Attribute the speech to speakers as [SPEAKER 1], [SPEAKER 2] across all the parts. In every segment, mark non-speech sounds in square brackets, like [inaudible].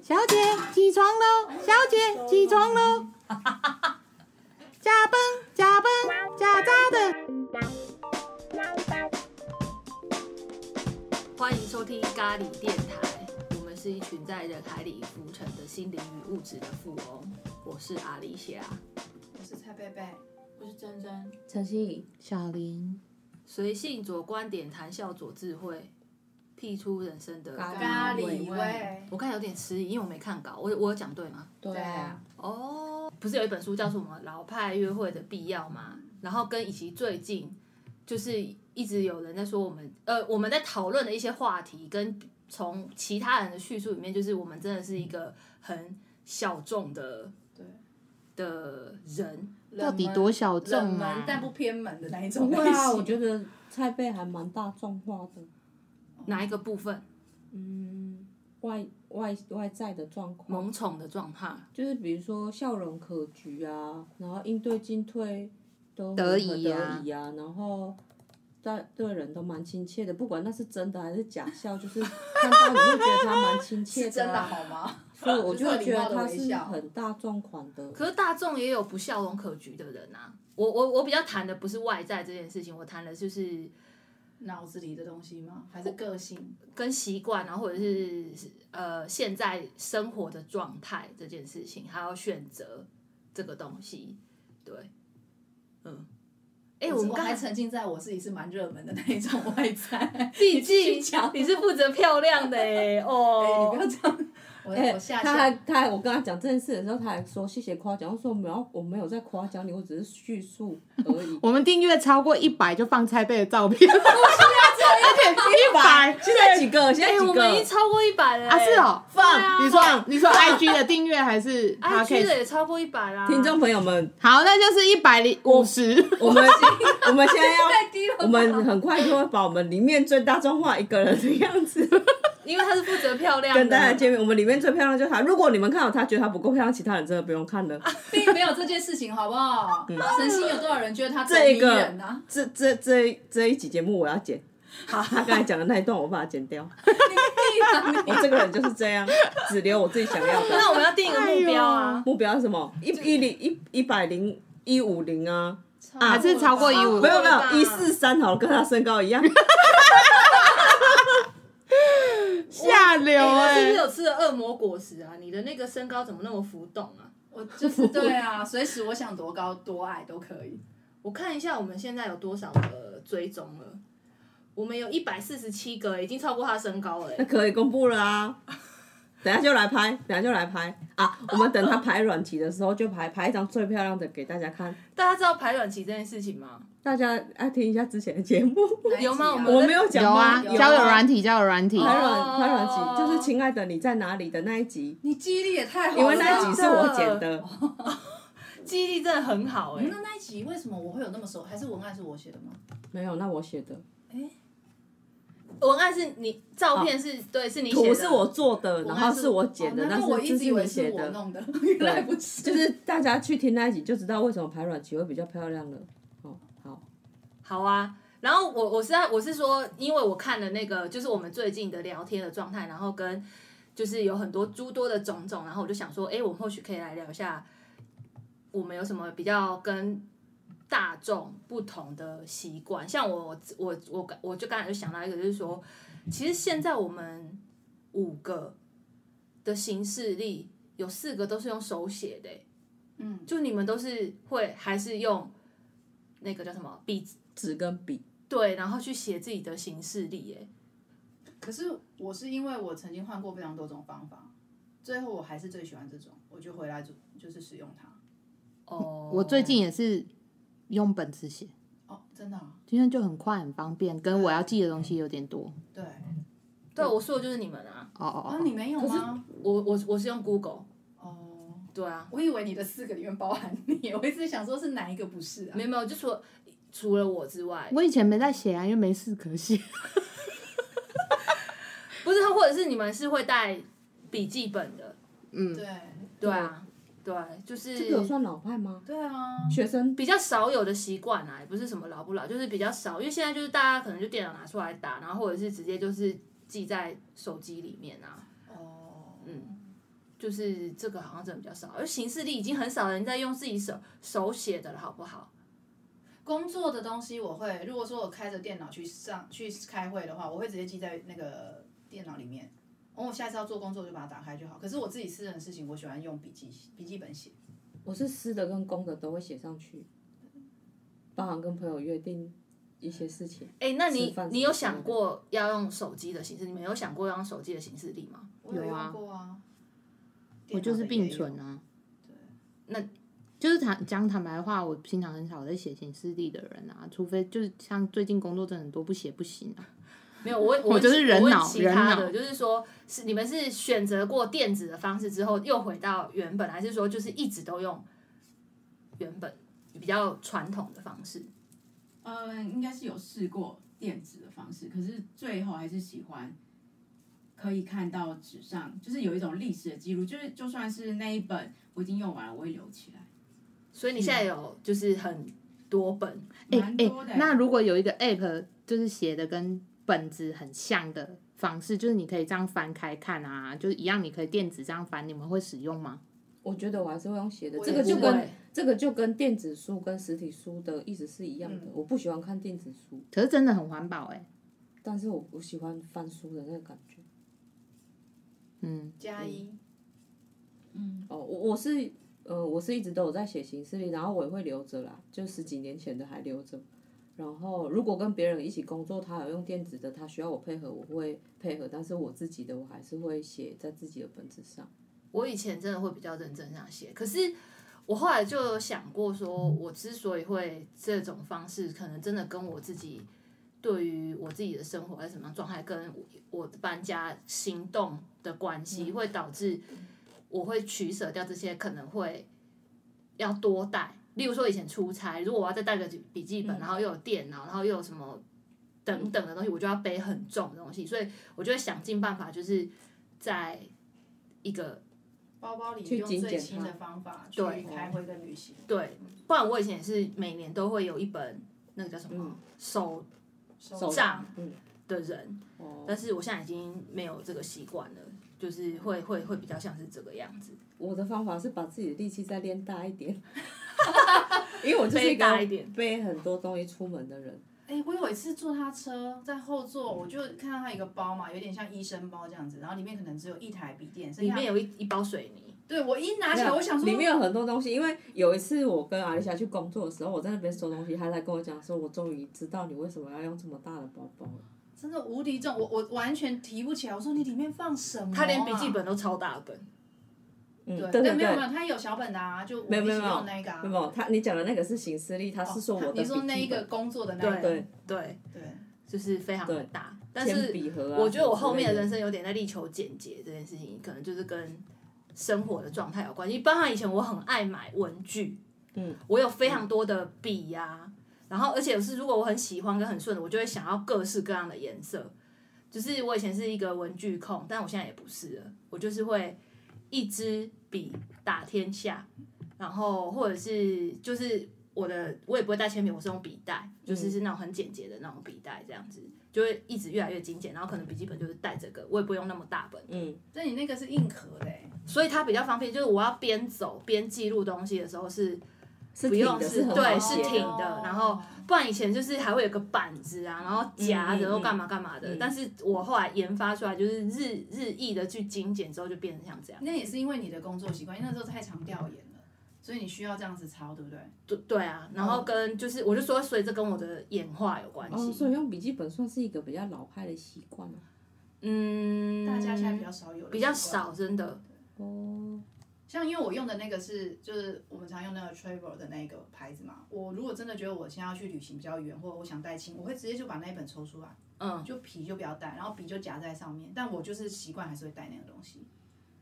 [SPEAKER 1] 小姐起床喽！小姐起床喽！加班加班加炸的，
[SPEAKER 2] 欢迎收听咖喱电台，我们是一群在人海里浮沉的心灵与物质的富翁。我是阿丽夏，
[SPEAKER 3] 我是蔡贝贝，我是珍珍，
[SPEAKER 4] 陈希怡，
[SPEAKER 1] 小林
[SPEAKER 2] 随性左观点，谈笑左智慧，辟出人生的
[SPEAKER 4] 咖
[SPEAKER 3] 咖
[SPEAKER 4] 喱
[SPEAKER 3] 喱
[SPEAKER 4] 味
[SPEAKER 3] 味，
[SPEAKER 2] 我刚才有点迟疑，因为我没看稿，我我有讲对吗？
[SPEAKER 4] 对啊，
[SPEAKER 2] 哦，不是有一本书叫什么《老派约会的必要》吗？然后跟以及最近就是一直有人在说我们呃我们在讨论的一些话题，跟从其他人的叙述里面，就是我们真的是一个很小众的
[SPEAKER 3] 对
[SPEAKER 2] 的人，
[SPEAKER 1] 到底多小众
[SPEAKER 3] 啊冷门
[SPEAKER 1] 啊？
[SPEAKER 3] 但不偏门的那一
[SPEAKER 4] 不
[SPEAKER 3] 种类
[SPEAKER 4] 会
[SPEAKER 3] 型。 [laughs]
[SPEAKER 4] 啊，我觉得蔡贝还蛮大众化的，
[SPEAKER 2] 哪一个部分
[SPEAKER 4] 嗯，外外外在的状况，
[SPEAKER 2] 萌宠的状态？
[SPEAKER 4] 就是比如说笑容可掬啊，然后应对进退都
[SPEAKER 1] 得
[SPEAKER 4] 很
[SPEAKER 1] 宜啊。
[SPEAKER 4] 得宜啊，然后对对人都蛮亲切的，不管那是真的还是假笑，就是看到你会觉得他蛮亲切
[SPEAKER 3] [laughs] 是真的
[SPEAKER 4] 啊，
[SPEAKER 3] 好吗？
[SPEAKER 4] 所以我就会觉得他
[SPEAKER 3] 就是有礼
[SPEAKER 4] 是
[SPEAKER 3] 貌的微笑
[SPEAKER 4] 很大众款的。
[SPEAKER 2] 可是大众也有不笑容可掬的人啊。我我我比较谈的不是外在这件事情，我谈的就是
[SPEAKER 3] 脑子里的东西吗？还是个性？
[SPEAKER 2] 跟习惯啊，或者是呃现在生活的状态这件事情，还要选择这个东西，对，嗯，哎、我们
[SPEAKER 3] 我
[SPEAKER 2] 刚
[SPEAKER 3] 还
[SPEAKER 2] 才
[SPEAKER 3] 沉浸在我自己是蛮热门的那一种外在。
[SPEAKER 2] 毕竟
[SPEAKER 3] [laughs] 去讲
[SPEAKER 2] 你是负责漂亮的哎、
[SPEAKER 3] [laughs] 哎，你不
[SPEAKER 2] 哦，
[SPEAKER 3] 要这样，我
[SPEAKER 4] 哎、
[SPEAKER 3] 我下
[SPEAKER 4] 他还
[SPEAKER 3] 下
[SPEAKER 4] 他还我跟他讲这件事的时候，他还说谢谢夸奖，我说没有，我没有在夸奖你，我只是叙述而已
[SPEAKER 1] 我们订阅超过一百就放蔡贝的照片，一百
[SPEAKER 4] 现在几个？现
[SPEAKER 2] 哎、
[SPEAKER 4] 在
[SPEAKER 2] 我
[SPEAKER 4] 几
[SPEAKER 2] 们已
[SPEAKER 4] 个？
[SPEAKER 2] 经超过一百了、
[SPEAKER 1] 啊是，哦，
[SPEAKER 2] 对啊
[SPEAKER 1] 放你说你说 IG 的订阅还是 p o
[SPEAKER 2] ，I
[SPEAKER 1] d
[SPEAKER 2] G
[SPEAKER 1] c
[SPEAKER 2] 的
[SPEAKER 1] a
[SPEAKER 2] 也超过一百啦，
[SPEAKER 4] 听众朋友们，
[SPEAKER 1] 好，那就是一百零五十。
[SPEAKER 4] 我们我们现在要，
[SPEAKER 3] 太低了吧。
[SPEAKER 4] 我们很快就会把我们里面最大众化一个人的样子
[SPEAKER 2] 因为他是负责漂亮的，
[SPEAKER 4] 跟大家见面。我们里面最漂亮就是她。如果你们看到她觉得她不够漂亮，其他人真的不用看了。
[SPEAKER 3] 并没有这件事情，好不好？神心有多少人觉得他多
[SPEAKER 4] 这一
[SPEAKER 3] 迷
[SPEAKER 4] 个
[SPEAKER 3] 人啊？
[SPEAKER 4] 这这这这一集节目我要剪。好，他刚才讲的那一段我把它剪掉。
[SPEAKER 3] [laughs]
[SPEAKER 4] 我哎这个人就是这样，只留我自己想要的。
[SPEAKER 2] 那我们要定一个目标啊，
[SPEAKER 4] 目标是什么？一一零一一百零一五零啊？
[SPEAKER 1] 还是超过一五
[SPEAKER 4] 没有没
[SPEAKER 2] 过了吧
[SPEAKER 4] 有，一四三好了，跟他身高一样。
[SPEAKER 1] 下流
[SPEAKER 2] 哎
[SPEAKER 1] 哎、
[SPEAKER 2] 是不是有吃了恶魔果实啊？你的那个身高怎么那么浮动啊？
[SPEAKER 3] 我就是对啊，随时我想多高多矮都可以。
[SPEAKER 2] 我看一下我们现在有多少个追踪了，我们有一百四十七个，已经超过他身高了
[SPEAKER 4] 那
[SPEAKER 2] 欸。 [laughs]
[SPEAKER 4] 可以公布了啊！等下就来拍，等下就来拍啊！我们等他排软体的时候就排拍一张最漂亮的给大家看。
[SPEAKER 2] 大家知道排卵期这件事情吗？
[SPEAKER 4] 大家爱听一下之前的节目，
[SPEAKER 3] 哪一
[SPEAKER 2] 有吗
[SPEAKER 3] 集啊
[SPEAKER 2] 我们
[SPEAKER 4] 我没有讲
[SPEAKER 1] 有啊，
[SPEAKER 4] 有
[SPEAKER 1] 交友软体，交友软体，
[SPEAKER 4] 排
[SPEAKER 2] 哦
[SPEAKER 4] 软排软
[SPEAKER 2] 哦
[SPEAKER 4] 集就是亲爱的你在哪里的那一集，
[SPEAKER 3] 你记忆力也太好了。
[SPEAKER 4] 因为那一集是我剪的，
[SPEAKER 2] 记忆力真的很好哎、
[SPEAKER 3] 嗯那那一集为什么我会有那么熟？还是文案是我写的吗？
[SPEAKER 4] 没有那我写的，
[SPEAKER 2] 文案是你，照片是、对，是你写
[SPEAKER 4] 图
[SPEAKER 2] 的。
[SPEAKER 4] 是我做的，然后是我剪的
[SPEAKER 3] 哦，
[SPEAKER 4] 但
[SPEAKER 3] 难怪我一
[SPEAKER 4] 是这
[SPEAKER 3] 直以
[SPEAKER 4] 是
[SPEAKER 3] 为
[SPEAKER 4] 你
[SPEAKER 3] 是
[SPEAKER 4] 写
[SPEAKER 3] 我
[SPEAKER 4] 的，[laughs]
[SPEAKER 3] 弄的，原来不是。
[SPEAKER 4] 就是大家去听那一集就知道为什么排卵期会比较漂亮了。哦，好，
[SPEAKER 2] 好啊。然后我我是在我是说，因为我看了那个，就是我们最近的聊天的状态，然后跟就是有很多诸多的种种，然后我就想说，哎，我们或许可以来聊一下，我们有什么比较跟大众不同的习惯。像我我我我就刚才就想到一个，就是说，其实现在我们五个的行事历有四个都是用手写的，欸
[SPEAKER 3] 嗯，
[SPEAKER 2] 就你们都是会还是用那个叫什么笔
[SPEAKER 4] 纸跟笔，
[SPEAKER 2] 对，然后去写自己的行事历，哎，
[SPEAKER 3] 可是我是因为我曾经换过非常多种方法，最后我还是最喜欢这种，我就回来就就是使用它。
[SPEAKER 2] 哦
[SPEAKER 1] [laughs] 我最近也是用本子写，
[SPEAKER 3] 哦，真的啊、
[SPEAKER 1] 今天就很快很方便，跟我要记的东西有点多。
[SPEAKER 3] 对。
[SPEAKER 2] 对我说的就是你们啊，
[SPEAKER 1] 哦哦
[SPEAKER 3] 哦，
[SPEAKER 1] 哦，
[SPEAKER 3] 你没有吗？
[SPEAKER 2] 我我我是用 Google，
[SPEAKER 3] 哦，
[SPEAKER 2] 对啊，
[SPEAKER 3] 我以为你的四个里面包含你，我一直想说是哪一个不是啊？
[SPEAKER 2] 没有没有，就除了除了我之外，
[SPEAKER 1] 我以前没在写啊，因为没事可写。
[SPEAKER 2] 不是，或者是你们是会带笔记本的，
[SPEAKER 1] 嗯，
[SPEAKER 3] 对
[SPEAKER 2] 对啊，对，就
[SPEAKER 4] 这个有
[SPEAKER 2] 是
[SPEAKER 4] 算老派吗？
[SPEAKER 3] 对啊，
[SPEAKER 4] 学生
[SPEAKER 2] 比较少有的习惯啊，也不是什么老不老，就是比较少，因为现在就是大家可能就电脑拿出来打，然后或者是直接就是记在手机里面啊，
[SPEAKER 3] 哦，
[SPEAKER 2] 嗯，就是这个好像真的比较少，而行事历已经很少人在用自己手手写的了，好不好？
[SPEAKER 3] 工作的东西我会，如果说我开着电脑去上去开会的话，我会直接记在那个电脑里面。然后我下次要做工作就把它打开就好。可是我自己私人的事情，我喜欢用笔记笔记本写。
[SPEAKER 4] 我是私的跟公的都会写上去，包含跟朋友约定一些事情。
[SPEAKER 2] 哎、那
[SPEAKER 4] 吃
[SPEAKER 2] 你
[SPEAKER 4] 饭
[SPEAKER 2] 你有
[SPEAKER 4] 什么之类的
[SPEAKER 2] 想过要用手机的形式？你们有想过要用手机的形式力吗？
[SPEAKER 3] 我有
[SPEAKER 1] 有啊
[SPEAKER 3] 用过啊，
[SPEAKER 1] 我就是
[SPEAKER 3] 电脑
[SPEAKER 1] 并
[SPEAKER 3] 的也有
[SPEAKER 1] 存啊。对，那就是坦讲坦白话，我平常很少在写行事历的人啊，除非就是像最近工作真的很多不写不行啊。
[SPEAKER 2] 没有，我问问
[SPEAKER 1] 我就是人
[SPEAKER 2] 问
[SPEAKER 1] 脑
[SPEAKER 2] 其他
[SPEAKER 1] 人
[SPEAKER 2] 的
[SPEAKER 1] 脑
[SPEAKER 2] 就是说，是你们是选择过电子的方式之后，又回到原本，还是说就是一直都用原本比较传统的方式？
[SPEAKER 5] 呃，应该是有试过电子的方式，可是最后还是喜欢可以看到纸上，就是有一种历史的记录，就是就算是那一本我已经用完了，我会留起来。
[SPEAKER 2] 所以你现在有就是很多本，
[SPEAKER 1] 哎
[SPEAKER 5] 蛮
[SPEAKER 1] 哎、
[SPEAKER 5] 多的欸、
[SPEAKER 1] 那如果有一个 app 就是写的跟本子很像的方式，就是你可以这样翻开看啊，就是一样，你可以电子这样翻，你们会使用吗？
[SPEAKER 4] 我觉得我还是会用写的，
[SPEAKER 3] 我
[SPEAKER 4] 这
[SPEAKER 3] 也
[SPEAKER 4] 个
[SPEAKER 3] 是
[SPEAKER 4] 就
[SPEAKER 2] 不
[SPEAKER 4] 跟
[SPEAKER 2] 会
[SPEAKER 4] 这个就跟电子书跟实体书的意思是一样的。
[SPEAKER 3] 嗯
[SPEAKER 4] 我不喜欢看电子书，
[SPEAKER 1] 可是真的很环保哎、
[SPEAKER 4] 但是我我喜欢翻书的那个感觉。
[SPEAKER 1] 嗯，
[SPEAKER 3] 加一，
[SPEAKER 4] 哦，我我是呃，我是一直都有在写行事历，然后我也会留着啦，就十几年前的还留着。然后如果跟别人一起工作，他有用电子的，他需要我配合，我会配合，但是我自己的我还是会写在自己的本子上。
[SPEAKER 2] 我以前真的会比较认真这样写，可是我后来就有想过说，我之所以会这种方式，可能真的跟我自己对于我自己的生活在什么样状态，跟我我搬家行动的关系，会导致我会取舍掉这些可能会要多带。例如说以前出差，如果我要再带个笔记本，然后又有电脑，然后又有什么等等的东西，我就要背很重的东西，所以我就会想尽办法，就是在一个
[SPEAKER 3] 包包里
[SPEAKER 4] 去
[SPEAKER 3] 用
[SPEAKER 4] 精
[SPEAKER 3] 最
[SPEAKER 4] 简
[SPEAKER 3] 轻
[SPEAKER 4] 它
[SPEAKER 3] 的方法去
[SPEAKER 2] 对
[SPEAKER 3] 开会跟旅行。
[SPEAKER 2] 对，不然我以前也是每年都会有一本那个叫什么、
[SPEAKER 4] 嗯
[SPEAKER 2] 手
[SPEAKER 4] 哦手
[SPEAKER 2] 账
[SPEAKER 4] 嗯
[SPEAKER 2] 的人，
[SPEAKER 4] 哦
[SPEAKER 2] 但是我现在已经没有这个习惯了，就是会会会比较像是这个样子，
[SPEAKER 4] 我的方法是把自己的力气再练大一点， [laughs] 因为我就是
[SPEAKER 2] [laughs] 背
[SPEAKER 4] 一个
[SPEAKER 2] 大一点
[SPEAKER 4] 背很多东西出门的人。
[SPEAKER 3] 哎、我有一次坐他车，在后座，我就看到他有一个包嘛，有点像医生包这样子，然后里面可能只有一台笔电，剩
[SPEAKER 2] 里
[SPEAKER 3] 下
[SPEAKER 2] 面有一一包水泥，
[SPEAKER 3] 对我一拿起来，我想说
[SPEAKER 4] 里面有很多东西，因为有一次我跟阿丽莎去工作的时候，我在那边收东西，她才跟我讲说，我终于知道你为什么要用这么大的包包了。
[SPEAKER 3] 真的无敌重，我我完全提不起来。我说你里面放什么、啊？
[SPEAKER 2] 他连笔记本都超大本，
[SPEAKER 4] 嗯，
[SPEAKER 3] 对，
[SPEAKER 4] 对对
[SPEAKER 3] 但没有没
[SPEAKER 4] 对，
[SPEAKER 3] 有，他有小本的啊，就我
[SPEAKER 4] 没有
[SPEAKER 3] 们一
[SPEAKER 4] 没
[SPEAKER 3] 起
[SPEAKER 4] 有
[SPEAKER 3] 用那个、啊。
[SPEAKER 4] 没有，他你讲的那个是行事历，他是说我的
[SPEAKER 3] 哦
[SPEAKER 4] 笔
[SPEAKER 3] 你说那
[SPEAKER 4] 记
[SPEAKER 3] 一个
[SPEAKER 4] 本，
[SPEAKER 3] 工作的那一个，
[SPEAKER 4] 对，
[SPEAKER 2] 对，
[SPEAKER 3] 对，
[SPEAKER 2] 就是非常大，但
[SPEAKER 4] 铅
[SPEAKER 2] 是
[SPEAKER 4] 笔盒啊。
[SPEAKER 2] 我觉得我后面的
[SPEAKER 4] 什么
[SPEAKER 2] 人
[SPEAKER 4] 之类
[SPEAKER 2] 生有点在力求简洁这件事情，可能就是跟生活的状态有关系。包含以前我很爱买文具，
[SPEAKER 4] 嗯，
[SPEAKER 2] 我有非常多的笔呀、然后而且是如果我很喜欢跟很顺的，我就会想要各式各样的颜色。就是我以前是一个文具控，但我现在也不是了，我就是会一支笔打天下，然后或者是就是我的我也不会带铅笔，我是用笔袋，
[SPEAKER 4] 嗯
[SPEAKER 2] 就是是那种很简洁的那种笔袋，这样子就会一直越来越精简，然后可能笔记本就是带这个，我也不用那么大本，
[SPEAKER 4] 嗯，
[SPEAKER 3] 但你那个是硬壳的、欸，
[SPEAKER 2] 所以它比较方便，就是我要边走边记录东西的时候是
[SPEAKER 4] 是
[SPEAKER 2] 不
[SPEAKER 4] 挺
[SPEAKER 2] 用
[SPEAKER 4] 的，
[SPEAKER 2] 是
[SPEAKER 4] 很
[SPEAKER 2] 对
[SPEAKER 4] 好
[SPEAKER 2] 是
[SPEAKER 4] 写的哦
[SPEAKER 2] 挺的，然后不然以前就是还会有个板子啊，然后夹
[SPEAKER 4] 嗯嗯
[SPEAKER 2] 着或
[SPEAKER 4] 嗯
[SPEAKER 2] 干嘛干嘛的，
[SPEAKER 4] 嗯
[SPEAKER 2] 但是我后来研发出来就是日日益的去精简之后就变成像这样，
[SPEAKER 3] 那也是因为你的工作习惯，因为那时候太常调研了，所以你需要这样子抄，对不对？
[SPEAKER 2] 对对啊，然后跟就是我就说，所以这跟我的演化有关
[SPEAKER 4] 哦，
[SPEAKER 2] 系，
[SPEAKER 4] 所以用笔记本算是一个比较老派的习惯了。
[SPEAKER 2] 嗯，
[SPEAKER 3] 大家现在比较少有了，
[SPEAKER 2] 比较少，真的，
[SPEAKER 4] 哦，
[SPEAKER 3] 像因为我用的那个是，就是我们常用那个 Travel 的那个牌子嘛。我如果真的觉得我现在要去旅行比较远，或者我想带轻，我会直接就把那一本抽出来，
[SPEAKER 2] 嗯，
[SPEAKER 3] 就皮就不要带，然后笔就夹在上面。但我就是习惯还是会带那个东西。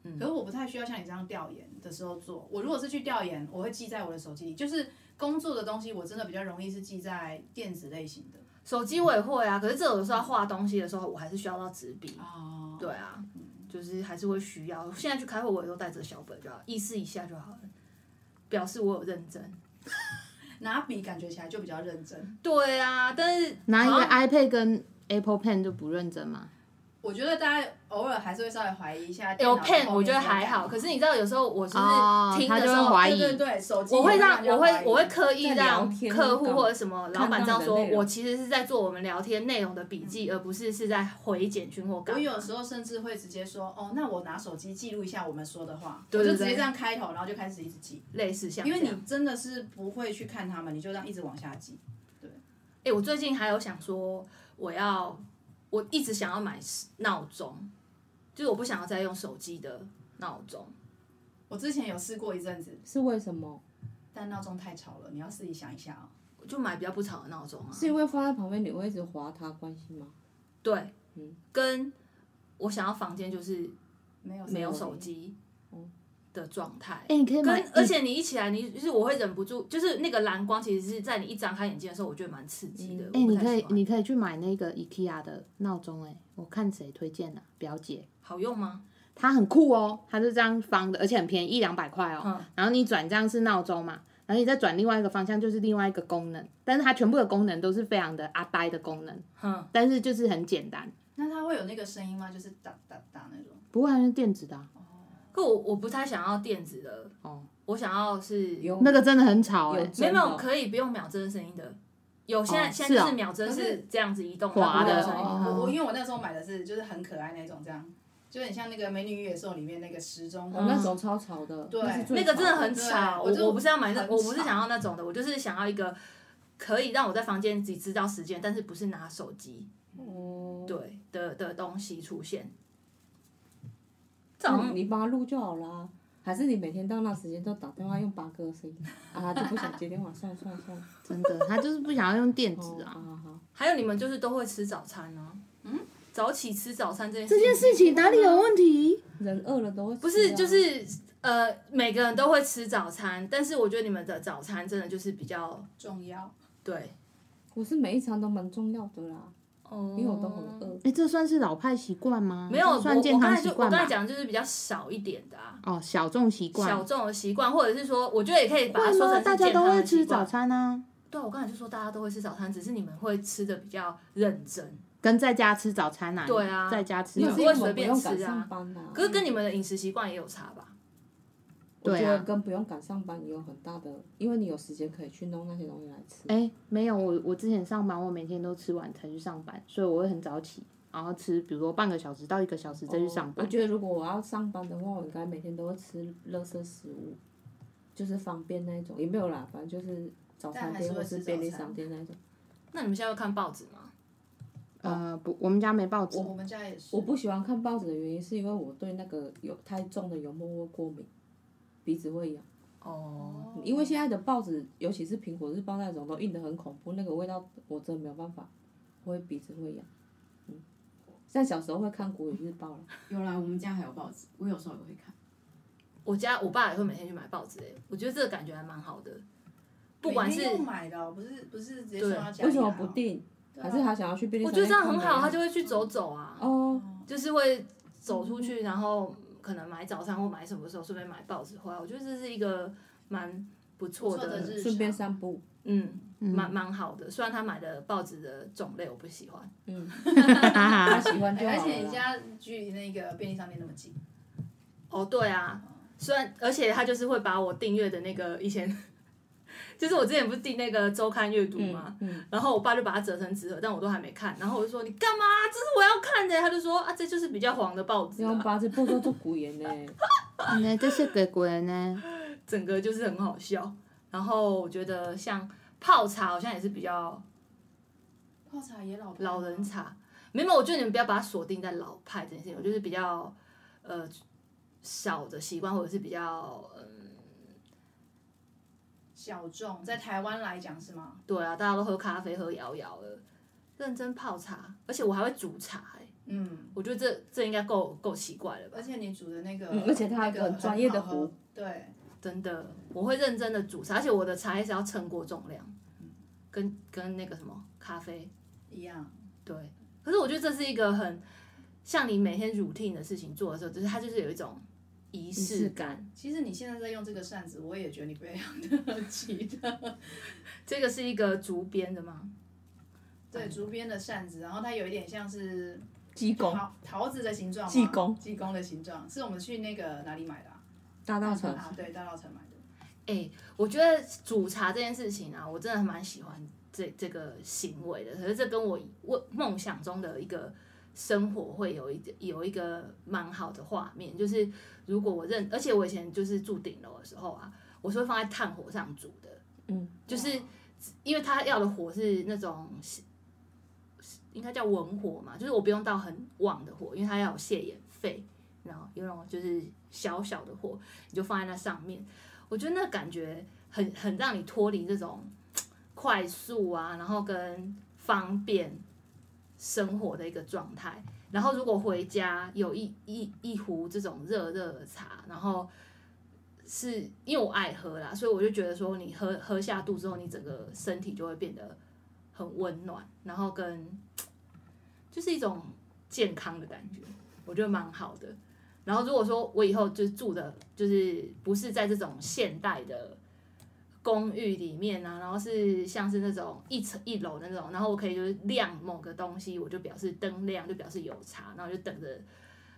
[SPEAKER 2] 嗯
[SPEAKER 3] 可是我不太需要像你这样调研的时候做。我如果是去调研，我会记在我的手机里。就是工作的东西，我真的比较容易是记在电子类型的。
[SPEAKER 2] 手机我也会啊，可是这有的时候要画东西的时候，我还是需要到纸笔。
[SPEAKER 3] 哦，
[SPEAKER 2] 对啊，就是还是会需要。现在去开会，我也都带着小本就好，意思一下就好了，表示我有认真。
[SPEAKER 3] 拿笔感觉起来就比较认真。
[SPEAKER 2] 对啊，但是
[SPEAKER 1] 拿一个
[SPEAKER 2] 好像
[SPEAKER 1] iPad 跟 Apple Pen 就不认真嘛？
[SPEAKER 3] 我觉得大家偶尔还是会稍微怀疑一下电
[SPEAKER 2] 有
[SPEAKER 3] 脑后面
[SPEAKER 2] pen
[SPEAKER 3] 在干嘛。
[SPEAKER 2] 我觉得还好，可是你知道有时候我就是
[SPEAKER 1] 哦
[SPEAKER 2] 听
[SPEAKER 1] 他
[SPEAKER 2] 的
[SPEAKER 1] 就
[SPEAKER 2] 时
[SPEAKER 1] 会
[SPEAKER 2] 候，
[SPEAKER 1] 怀
[SPEAKER 3] 对
[SPEAKER 1] 疑
[SPEAKER 3] 对对，手机
[SPEAKER 2] 我会
[SPEAKER 3] 也
[SPEAKER 2] 让
[SPEAKER 3] 人家
[SPEAKER 2] 我会
[SPEAKER 3] 怀疑
[SPEAKER 2] 我会刻意
[SPEAKER 4] 在
[SPEAKER 2] 让
[SPEAKER 4] 聊天
[SPEAKER 2] 客户
[SPEAKER 4] 中
[SPEAKER 2] 或者什么老板知道
[SPEAKER 4] 看到
[SPEAKER 2] 说
[SPEAKER 4] 的内容
[SPEAKER 2] 我其实是在做我们聊天内容的笔记，而不是是在回简讯或干
[SPEAKER 3] 我
[SPEAKER 2] 嘛。
[SPEAKER 3] 有时候甚至会直接说，哦，那我拿手机记录一下我们说的话，
[SPEAKER 2] 对
[SPEAKER 3] 我
[SPEAKER 2] 对
[SPEAKER 3] 就直接
[SPEAKER 2] 对
[SPEAKER 3] 这样开头，然后就开始一直记，
[SPEAKER 2] 类似像
[SPEAKER 3] 因为
[SPEAKER 2] 这
[SPEAKER 3] 你
[SPEAKER 2] 样
[SPEAKER 3] 真的是不会去看他们，你就这样一直往下记。
[SPEAKER 2] 哎、我最近还有想说，我要我一直想要买闹钟，就是我不想要再用手机的闹钟。
[SPEAKER 3] 我之前有试过一阵子，
[SPEAKER 4] 是为什么？
[SPEAKER 3] 但闹钟太吵了，你要自己想一下哦。
[SPEAKER 2] 我就买比较不吵的闹钟啊。
[SPEAKER 4] 是因为放在旁边你会一直划它关系吗？
[SPEAKER 2] 对，
[SPEAKER 4] 嗯
[SPEAKER 2] 跟我想要房间就是
[SPEAKER 3] 没有
[SPEAKER 2] 没有
[SPEAKER 3] 手
[SPEAKER 2] 手机的状态。
[SPEAKER 1] 哎、你可以
[SPEAKER 2] 跟
[SPEAKER 1] 买，
[SPEAKER 2] 而且你一起来，你就是我会忍不住，就是那个蓝光，其实是在你一张开眼睛的时候，我觉得蛮刺激的。
[SPEAKER 4] 嗯
[SPEAKER 1] 哎、
[SPEAKER 2] 我不
[SPEAKER 1] 你
[SPEAKER 2] 太
[SPEAKER 1] 可
[SPEAKER 2] 喜
[SPEAKER 1] 以
[SPEAKER 2] 欢
[SPEAKER 1] 你可以去买那个 IKEA 的闹钟，哎，我看谁推荐的、表姐，
[SPEAKER 2] 好用吗？
[SPEAKER 1] 它很酷哦，它是这样方的，而且很便宜，一两百块哦。
[SPEAKER 2] 嗯
[SPEAKER 1] 然后你转这样是闹钟嘛，然后你再转另外一个方向就是另外一个功能，但是它全部的功能都是非常的阿呆的功能，
[SPEAKER 2] 哼，
[SPEAKER 1] 但是就是很简单，
[SPEAKER 3] 那它会有那个声音吗？就是哒哒哒那种。
[SPEAKER 1] 不过它是电子的啊、
[SPEAKER 2] 可我我不太想要电子的，
[SPEAKER 1] 哦，
[SPEAKER 2] 我想要是
[SPEAKER 4] 有
[SPEAKER 1] 那个真的很吵哎、
[SPEAKER 4] 有
[SPEAKER 2] 没有
[SPEAKER 4] 真
[SPEAKER 2] 没
[SPEAKER 4] 的
[SPEAKER 2] 有，可以不用秒针声音的。有现在、
[SPEAKER 1] 哦
[SPEAKER 2] 现在就是是
[SPEAKER 1] 哦
[SPEAKER 2] 秒针
[SPEAKER 3] 可是
[SPEAKER 2] 是这样子移动它不
[SPEAKER 1] 滑
[SPEAKER 2] 会有
[SPEAKER 1] 的
[SPEAKER 2] 声音
[SPEAKER 1] 哦
[SPEAKER 3] 我我因为我那时候买的是就是很可爱那种，这样就很像那个《美女与野兽》里面那个时钟。
[SPEAKER 2] 嗯
[SPEAKER 4] 哦，那种超吵的，
[SPEAKER 3] 对
[SPEAKER 4] 那是最
[SPEAKER 2] 那个真的
[SPEAKER 4] 吵
[SPEAKER 2] 很
[SPEAKER 3] 对
[SPEAKER 2] 吵，
[SPEAKER 3] 我
[SPEAKER 2] 我
[SPEAKER 3] 就
[SPEAKER 2] 我不是要买那，
[SPEAKER 3] 很
[SPEAKER 2] 我不是
[SPEAKER 3] 吵
[SPEAKER 2] 想要那种的，我就是想要一个可以让我在房间自己知道时间，但是不是拿手机
[SPEAKER 4] 哦，
[SPEAKER 2] 对的的东西出现。这好
[SPEAKER 4] 那
[SPEAKER 2] 像
[SPEAKER 4] 你帮他录就好啦。还是你每天到那时间都打电话用八哥的声音啊，就不想接电话，算了算了
[SPEAKER 2] [laughs]
[SPEAKER 4] 算了。
[SPEAKER 1] 真的，他就是不想要用电
[SPEAKER 4] 哦
[SPEAKER 1] 子啊。
[SPEAKER 4] 好好好
[SPEAKER 2] 还有你们就是都会吃早餐呢、嗯，早起吃早餐这件
[SPEAKER 1] 这件事情哪里有问题？
[SPEAKER 4] 人饿了都会、啊
[SPEAKER 2] 不是就。是呃，每个人都会吃早餐，但是我觉得你们的早餐真的就是比较
[SPEAKER 3] 重
[SPEAKER 4] 哦
[SPEAKER 3] 要，
[SPEAKER 2] 对
[SPEAKER 4] 我是每一餐都蛮重要的啦，
[SPEAKER 2] 哦
[SPEAKER 4] 因为我都很饿。
[SPEAKER 1] 哎、这算是老派习惯吗？
[SPEAKER 2] 没有，我
[SPEAKER 1] 这
[SPEAKER 2] 我
[SPEAKER 1] 算健
[SPEAKER 2] 刚
[SPEAKER 1] 康
[SPEAKER 2] 才
[SPEAKER 1] 习
[SPEAKER 2] 就我
[SPEAKER 1] 惯
[SPEAKER 2] 刚才
[SPEAKER 1] 吧。
[SPEAKER 2] 讲就是比较少一点的啊，
[SPEAKER 1] 哦，小众习
[SPEAKER 2] 小
[SPEAKER 1] 惯。
[SPEAKER 2] 众的习惯，或者是说，我觉得也可以把它
[SPEAKER 1] 会
[SPEAKER 2] 说成
[SPEAKER 1] 吗？
[SPEAKER 2] 是
[SPEAKER 1] 大家
[SPEAKER 2] 健
[SPEAKER 1] 都
[SPEAKER 2] 康
[SPEAKER 1] 会
[SPEAKER 2] 的习
[SPEAKER 1] 吃
[SPEAKER 2] 惯
[SPEAKER 1] 早。餐啊，
[SPEAKER 2] 对啊，我刚才就说大家都会吃早餐，只是你们会吃的比较认真。
[SPEAKER 1] 跟在家吃早餐啊。
[SPEAKER 2] 对啊
[SPEAKER 1] 在家吃
[SPEAKER 2] 你
[SPEAKER 1] 早
[SPEAKER 2] 有
[SPEAKER 4] 也
[SPEAKER 1] 餐。
[SPEAKER 4] 是因为
[SPEAKER 2] 不会随
[SPEAKER 4] 我不
[SPEAKER 2] 便
[SPEAKER 4] 用
[SPEAKER 2] 吃啊
[SPEAKER 4] 赶上班
[SPEAKER 1] 嗯
[SPEAKER 4] 啦、
[SPEAKER 2] 可是跟你们的饮食习惯也有差吧？
[SPEAKER 4] 我觉
[SPEAKER 1] 对啊
[SPEAKER 4] 得跟不用赶上班也有很大的，因为你有时间可以去弄那些东西来吃。
[SPEAKER 1] 哎、没有，我我之前上班，我每天都吃完才去上班，所以我会很早起，然后吃，比如说半个小时到一个小时再去上班。
[SPEAKER 4] 我觉得如果我要上班的话，我应该每天都会吃垃圾食物，就是方便那一种，也没有啦，反正就是早餐
[SPEAKER 3] 但还是
[SPEAKER 4] 店
[SPEAKER 3] 会
[SPEAKER 4] 或
[SPEAKER 3] 吃
[SPEAKER 4] 是便利商店那一种。
[SPEAKER 2] 那你们现在会看报纸吗？
[SPEAKER 1] 呃，不，我们家没报纸。
[SPEAKER 3] 我们家也是。
[SPEAKER 4] 哦我不喜欢看报纸的原因是因为我对那个有太重的油墨味过敏，鼻子会痒。
[SPEAKER 2] 哦，
[SPEAKER 4] 因为现在的报纸，尤其是苹果日报那种，都印得很恐怖，那个味道我真的没有办法，我会鼻子会痒。嗯，像小时候会看国语日报了，
[SPEAKER 5] 有啦，我们家还有报纸，我有时候也会看。
[SPEAKER 2] 我家我爸也会每天去买报纸诶、我觉得这个感觉还蛮好的。不管是
[SPEAKER 3] 每天
[SPEAKER 1] 啊
[SPEAKER 3] 用买的哦，不是不是直接送到家里来哦。
[SPEAKER 4] 为什么不订？
[SPEAKER 3] 对啊？
[SPEAKER 4] 还是他想要去便利
[SPEAKER 2] 我
[SPEAKER 4] 商
[SPEAKER 2] 觉得
[SPEAKER 4] 店
[SPEAKER 2] 这
[SPEAKER 4] 看
[SPEAKER 2] 样
[SPEAKER 4] 呢？
[SPEAKER 2] 很好，他就会去走走啊，
[SPEAKER 4] 哦，
[SPEAKER 2] 就是会走出去，然后可能买早餐或买什么时候顺便买报纸回来。我觉得这是一个蛮不错
[SPEAKER 3] 不错的日
[SPEAKER 2] 的，
[SPEAKER 3] 常
[SPEAKER 4] 顺便散步。
[SPEAKER 2] 嗯，
[SPEAKER 1] 嗯
[SPEAKER 2] 蛮蛮好的。虽然他买的报纸的种类我不喜欢，
[SPEAKER 4] 嗯，他
[SPEAKER 1] 哈哈
[SPEAKER 4] 喜欢就好
[SPEAKER 3] 而
[SPEAKER 4] 了
[SPEAKER 3] 且你
[SPEAKER 4] 啦。
[SPEAKER 3] 家距离那个便利商店那么近，
[SPEAKER 2] 哦，对啊，虽然而且他就是会把我订阅的那个以前， [laughs] 就是我之前不是订那个周刊阅读吗？
[SPEAKER 4] 嗯嗯，
[SPEAKER 2] 然后我爸就把它折成纸盒，但我都还没看。然后我就说你干嘛？这是我要看的。他就说啊，这就是比较黄的报
[SPEAKER 4] 你
[SPEAKER 2] 纸、
[SPEAKER 4] 用
[SPEAKER 2] 啊，
[SPEAKER 4] 八字步骤做古言呢，
[SPEAKER 1] [laughs] 那这是给鬼呢？
[SPEAKER 2] 整个就是很好笑。然后我觉得像泡茶好像也是比较
[SPEAKER 3] 泡茶也老派啊
[SPEAKER 2] 老人茶，没有，我觉得你们不要把它锁定在老派这件事情，我就是比较呃少的习惯，或者是比较嗯，
[SPEAKER 3] 小众，在台湾来讲是吗？
[SPEAKER 2] 对啊，大家都喝咖啡喝摇摇了，认真泡茶，而且我还会煮茶、欸，
[SPEAKER 3] 嗯，
[SPEAKER 2] 我觉得这这应该够够奇怪了吧
[SPEAKER 3] 而？且你煮的那个，
[SPEAKER 4] 嗯而且它还
[SPEAKER 3] 那
[SPEAKER 4] 有
[SPEAKER 3] 个
[SPEAKER 4] 很专业的
[SPEAKER 3] 好哦喝
[SPEAKER 4] 壶，
[SPEAKER 3] 对，
[SPEAKER 2] 真的，我会认真的煮茶，而且我的茶叶是要称过重量，跟跟那个什么咖啡，
[SPEAKER 3] 一样。
[SPEAKER 2] 对。可是我觉得这是一个很像你每天 routine 的事情做的时候，就是它就是有一种仪式感。
[SPEAKER 3] 其实你现在在用这个扇子，我也觉得你非常的期待。
[SPEAKER 2] 这个是一个竹编的吗？
[SPEAKER 4] 嗯
[SPEAKER 3] 对，竹编的扇子，然后它有一点像是
[SPEAKER 4] 济
[SPEAKER 3] [laughs]
[SPEAKER 4] 公
[SPEAKER 3] 桃桃子的形状吗，
[SPEAKER 4] 济公
[SPEAKER 3] 济公的形状，是我们去那个哪里买的啊？
[SPEAKER 4] 大道城，
[SPEAKER 3] 啊，对，大稻城买的。
[SPEAKER 2] 哎、我觉得煮茶这件事情啊，我真的蛮喜欢这这个行为的。可是这跟我我梦想中的一个生活会有一有一个蛮好的画面，就是如果我认，而且我以前就是住顶楼的时候啊，我是会放在炭火上煮的，
[SPEAKER 4] 嗯，
[SPEAKER 2] 就是
[SPEAKER 3] 哇
[SPEAKER 2] 因为他要的火是那种应该叫文火嘛，就是我不用到很旺的火，因为它要有泻盐肺，然后有那种就是小小的火，你就放在那上面。我觉得那感觉很很让你脱离这种快速啊，然后跟方便生活的一个状态。然后如果回家有一一一壶这种热热的茶，然后是因为我爱喝啦，所以我就觉得说你喝喝下肚之后，你整个身体就会变得很温暖，然后跟就是一种健康的感觉，我觉得蛮好的。然后如果说我以后就是住的，就是不是在这种现代的公寓里面啊，然后是像是那种一层一楼的那种，然后我可以就是亮某个东西，我就表示灯亮，就表示有茶，然后就等着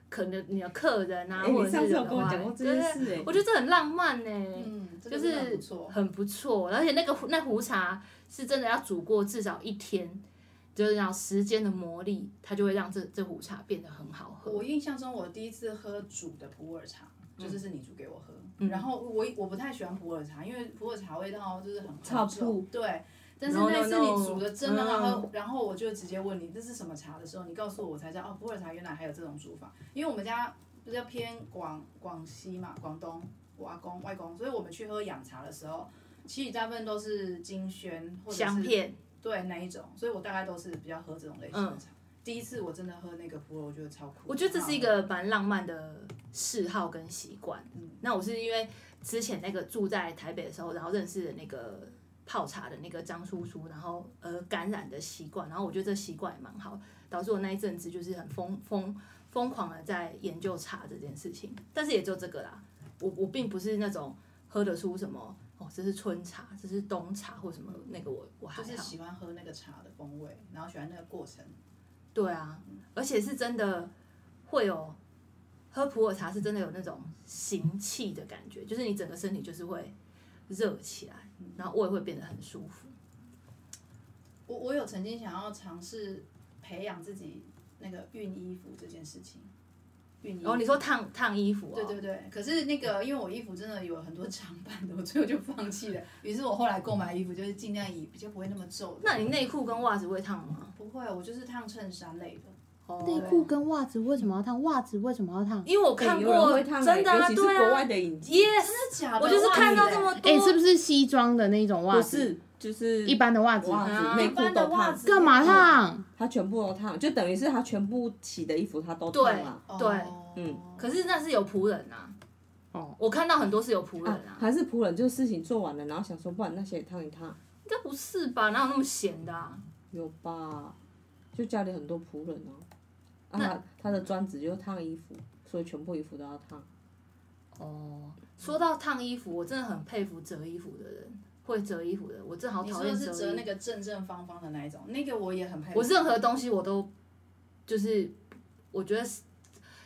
[SPEAKER 2] 可能你的客人啊，
[SPEAKER 4] 哎，
[SPEAKER 2] 或
[SPEAKER 4] 你
[SPEAKER 2] 者是啊
[SPEAKER 4] 上次有
[SPEAKER 2] 人
[SPEAKER 4] 跟我
[SPEAKER 2] 来
[SPEAKER 4] 讲过这
[SPEAKER 2] 对
[SPEAKER 4] 件
[SPEAKER 2] 对
[SPEAKER 4] 事哎，
[SPEAKER 2] 我觉得这很浪漫呢、
[SPEAKER 3] 嗯，这
[SPEAKER 2] 就
[SPEAKER 3] 个
[SPEAKER 2] 是
[SPEAKER 3] 真的很不错。
[SPEAKER 2] 很不错。而且那个壶那壶茶是真的要煮过至少一天，就是让时间的磨砺，它就会让这这壶茶变得很好喝。
[SPEAKER 3] 我印象中，我第一次喝煮的普洱茶，就是是你煮给我喝。
[SPEAKER 2] 嗯
[SPEAKER 3] 然后我我不太喜欢普洱茶，因为普洱茶味道就是很
[SPEAKER 4] 草
[SPEAKER 3] 很重
[SPEAKER 4] 铺
[SPEAKER 3] 对，但是
[SPEAKER 2] No, 嗯 no,
[SPEAKER 3] 那次
[SPEAKER 2] no
[SPEAKER 3] 你煮的真的好喝，然后我就直接问你这是什么茶的时候，你告诉我我才知道哦，普洱茶原来还有这种煮法。因为我们家比较偏广广西嘛，广东，我阿公外公，所以我们去喝养茶的时候，其实大部分都是金萱或者是
[SPEAKER 2] 香片，
[SPEAKER 3] 对那一种，所以我大概都是比较喝这种类型的茶。第一次我真的喝那个普洱，我觉得超酷。
[SPEAKER 2] 嗯我觉得这是一个蛮浪漫的嗜好跟习惯。
[SPEAKER 3] 嗯
[SPEAKER 2] 那我是因为之前那个住在台北的时候，然后认识的那个泡茶的那个张叔叔，然后呃感染的习惯，然后我觉得这习惯也蛮好，导致我那一阵子就是很疯疯疯狂的在研究茶这件事情，但是也就这个啦，我我并不是那种喝得出什么哦，这是春茶，这是冬茶或什么那个我我还
[SPEAKER 3] 就是
[SPEAKER 2] 好，
[SPEAKER 3] 喜欢喝那个茶的风味，然后喜欢那个过程。
[SPEAKER 2] 对啊，而且是真的会有喝普洱茶是真的有那种行气的感觉，就是你整个身体就是会热起来，然后胃会变得很舒服。
[SPEAKER 3] 我我有曾经想要尝试培养自己那个熨衣服这件事情，
[SPEAKER 4] 嗯
[SPEAKER 3] 熨衣服。
[SPEAKER 2] 然后哦你说烫烫衣服、哦，
[SPEAKER 3] 对对对，可是那个因为我衣服真的有很多长版的，我最后就放弃了。于是我后来购买衣服就是尽量以比较不会那么皱的。
[SPEAKER 2] 那你内裤跟袜子会烫吗？
[SPEAKER 3] 不会，我就是烫衬衫类的。
[SPEAKER 2] 哦
[SPEAKER 1] 内裤跟袜子为什么要烫？袜子为什么要烫？
[SPEAKER 2] 因为我
[SPEAKER 4] 对
[SPEAKER 2] 看
[SPEAKER 4] 有人
[SPEAKER 2] 过，
[SPEAKER 4] 会烫欸
[SPEAKER 2] 真的啊，
[SPEAKER 4] 尤其是
[SPEAKER 2] 对
[SPEAKER 4] 国外
[SPEAKER 2] 啊
[SPEAKER 4] 的影集，
[SPEAKER 2] ，yes，
[SPEAKER 3] 真的假的？
[SPEAKER 2] 我就是看到这么多，
[SPEAKER 1] 哎、是不是西装的那种
[SPEAKER 4] 啊
[SPEAKER 1] 袜
[SPEAKER 4] 不
[SPEAKER 1] 子？
[SPEAKER 4] 是就是
[SPEAKER 1] 一般的袜子，
[SPEAKER 4] 袜
[SPEAKER 2] 啊
[SPEAKER 4] 子、内
[SPEAKER 3] 一
[SPEAKER 4] 裤
[SPEAKER 3] 般的
[SPEAKER 4] 都
[SPEAKER 3] 袜
[SPEAKER 4] 烫，
[SPEAKER 3] 子
[SPEAKER 1] 干嘛烫？
[SPEAKER 4] 他全部都烫，就等于是他全部洗的衣服他都烫啊
[SPEAKER 2] 对
[SPEAKER 4] 了。
[SPEAKER 2] 对。
[SPEAKER 3] 嗯
[SPEAKER 2] 可是那是有仆人呐、
[SPEAKER 1] 哦
[SPEAKER 2] 我看到很多是有仆人
[SPEAKER 4] 啊
[SPEAKER 2] 啊，，
[SPEAKER 4] 还是仆人，就是事情做完了，然后想说，不然那些也烫一烫，
[SPEAKER 2] 应该不是吧？哪有那么闲的、啊？
[SPEAKER 4] 有吧？就家里很多仆人啊，啊，
[SPEAKER 2] 那
[SPEAKER 4] 他他的专职就是烫衣服，所以全部衣服都要烫。
[SPEAKER 2] 哦，说到烫衣服，我真的很佩服折衣服的人，会折衣服的，我真的好
[SPEAKER 3] 你
[SPEAKER 2] 讨
[SPEAKER 3] 说
[SPEAKER 2] 厌
[SPEAKER 3] 的
[SPEAKER 2] 折
[SPEAKER 3] 是
[SPEAKER 2] 衣
[SPEAKER 3] 折
[SPEAKER 2] 服。
[SPEAKER 3] 那个正正方方的那一种，那个我也很佩服。
[SPEAKER 2] 我任何东西我都就是，我觉得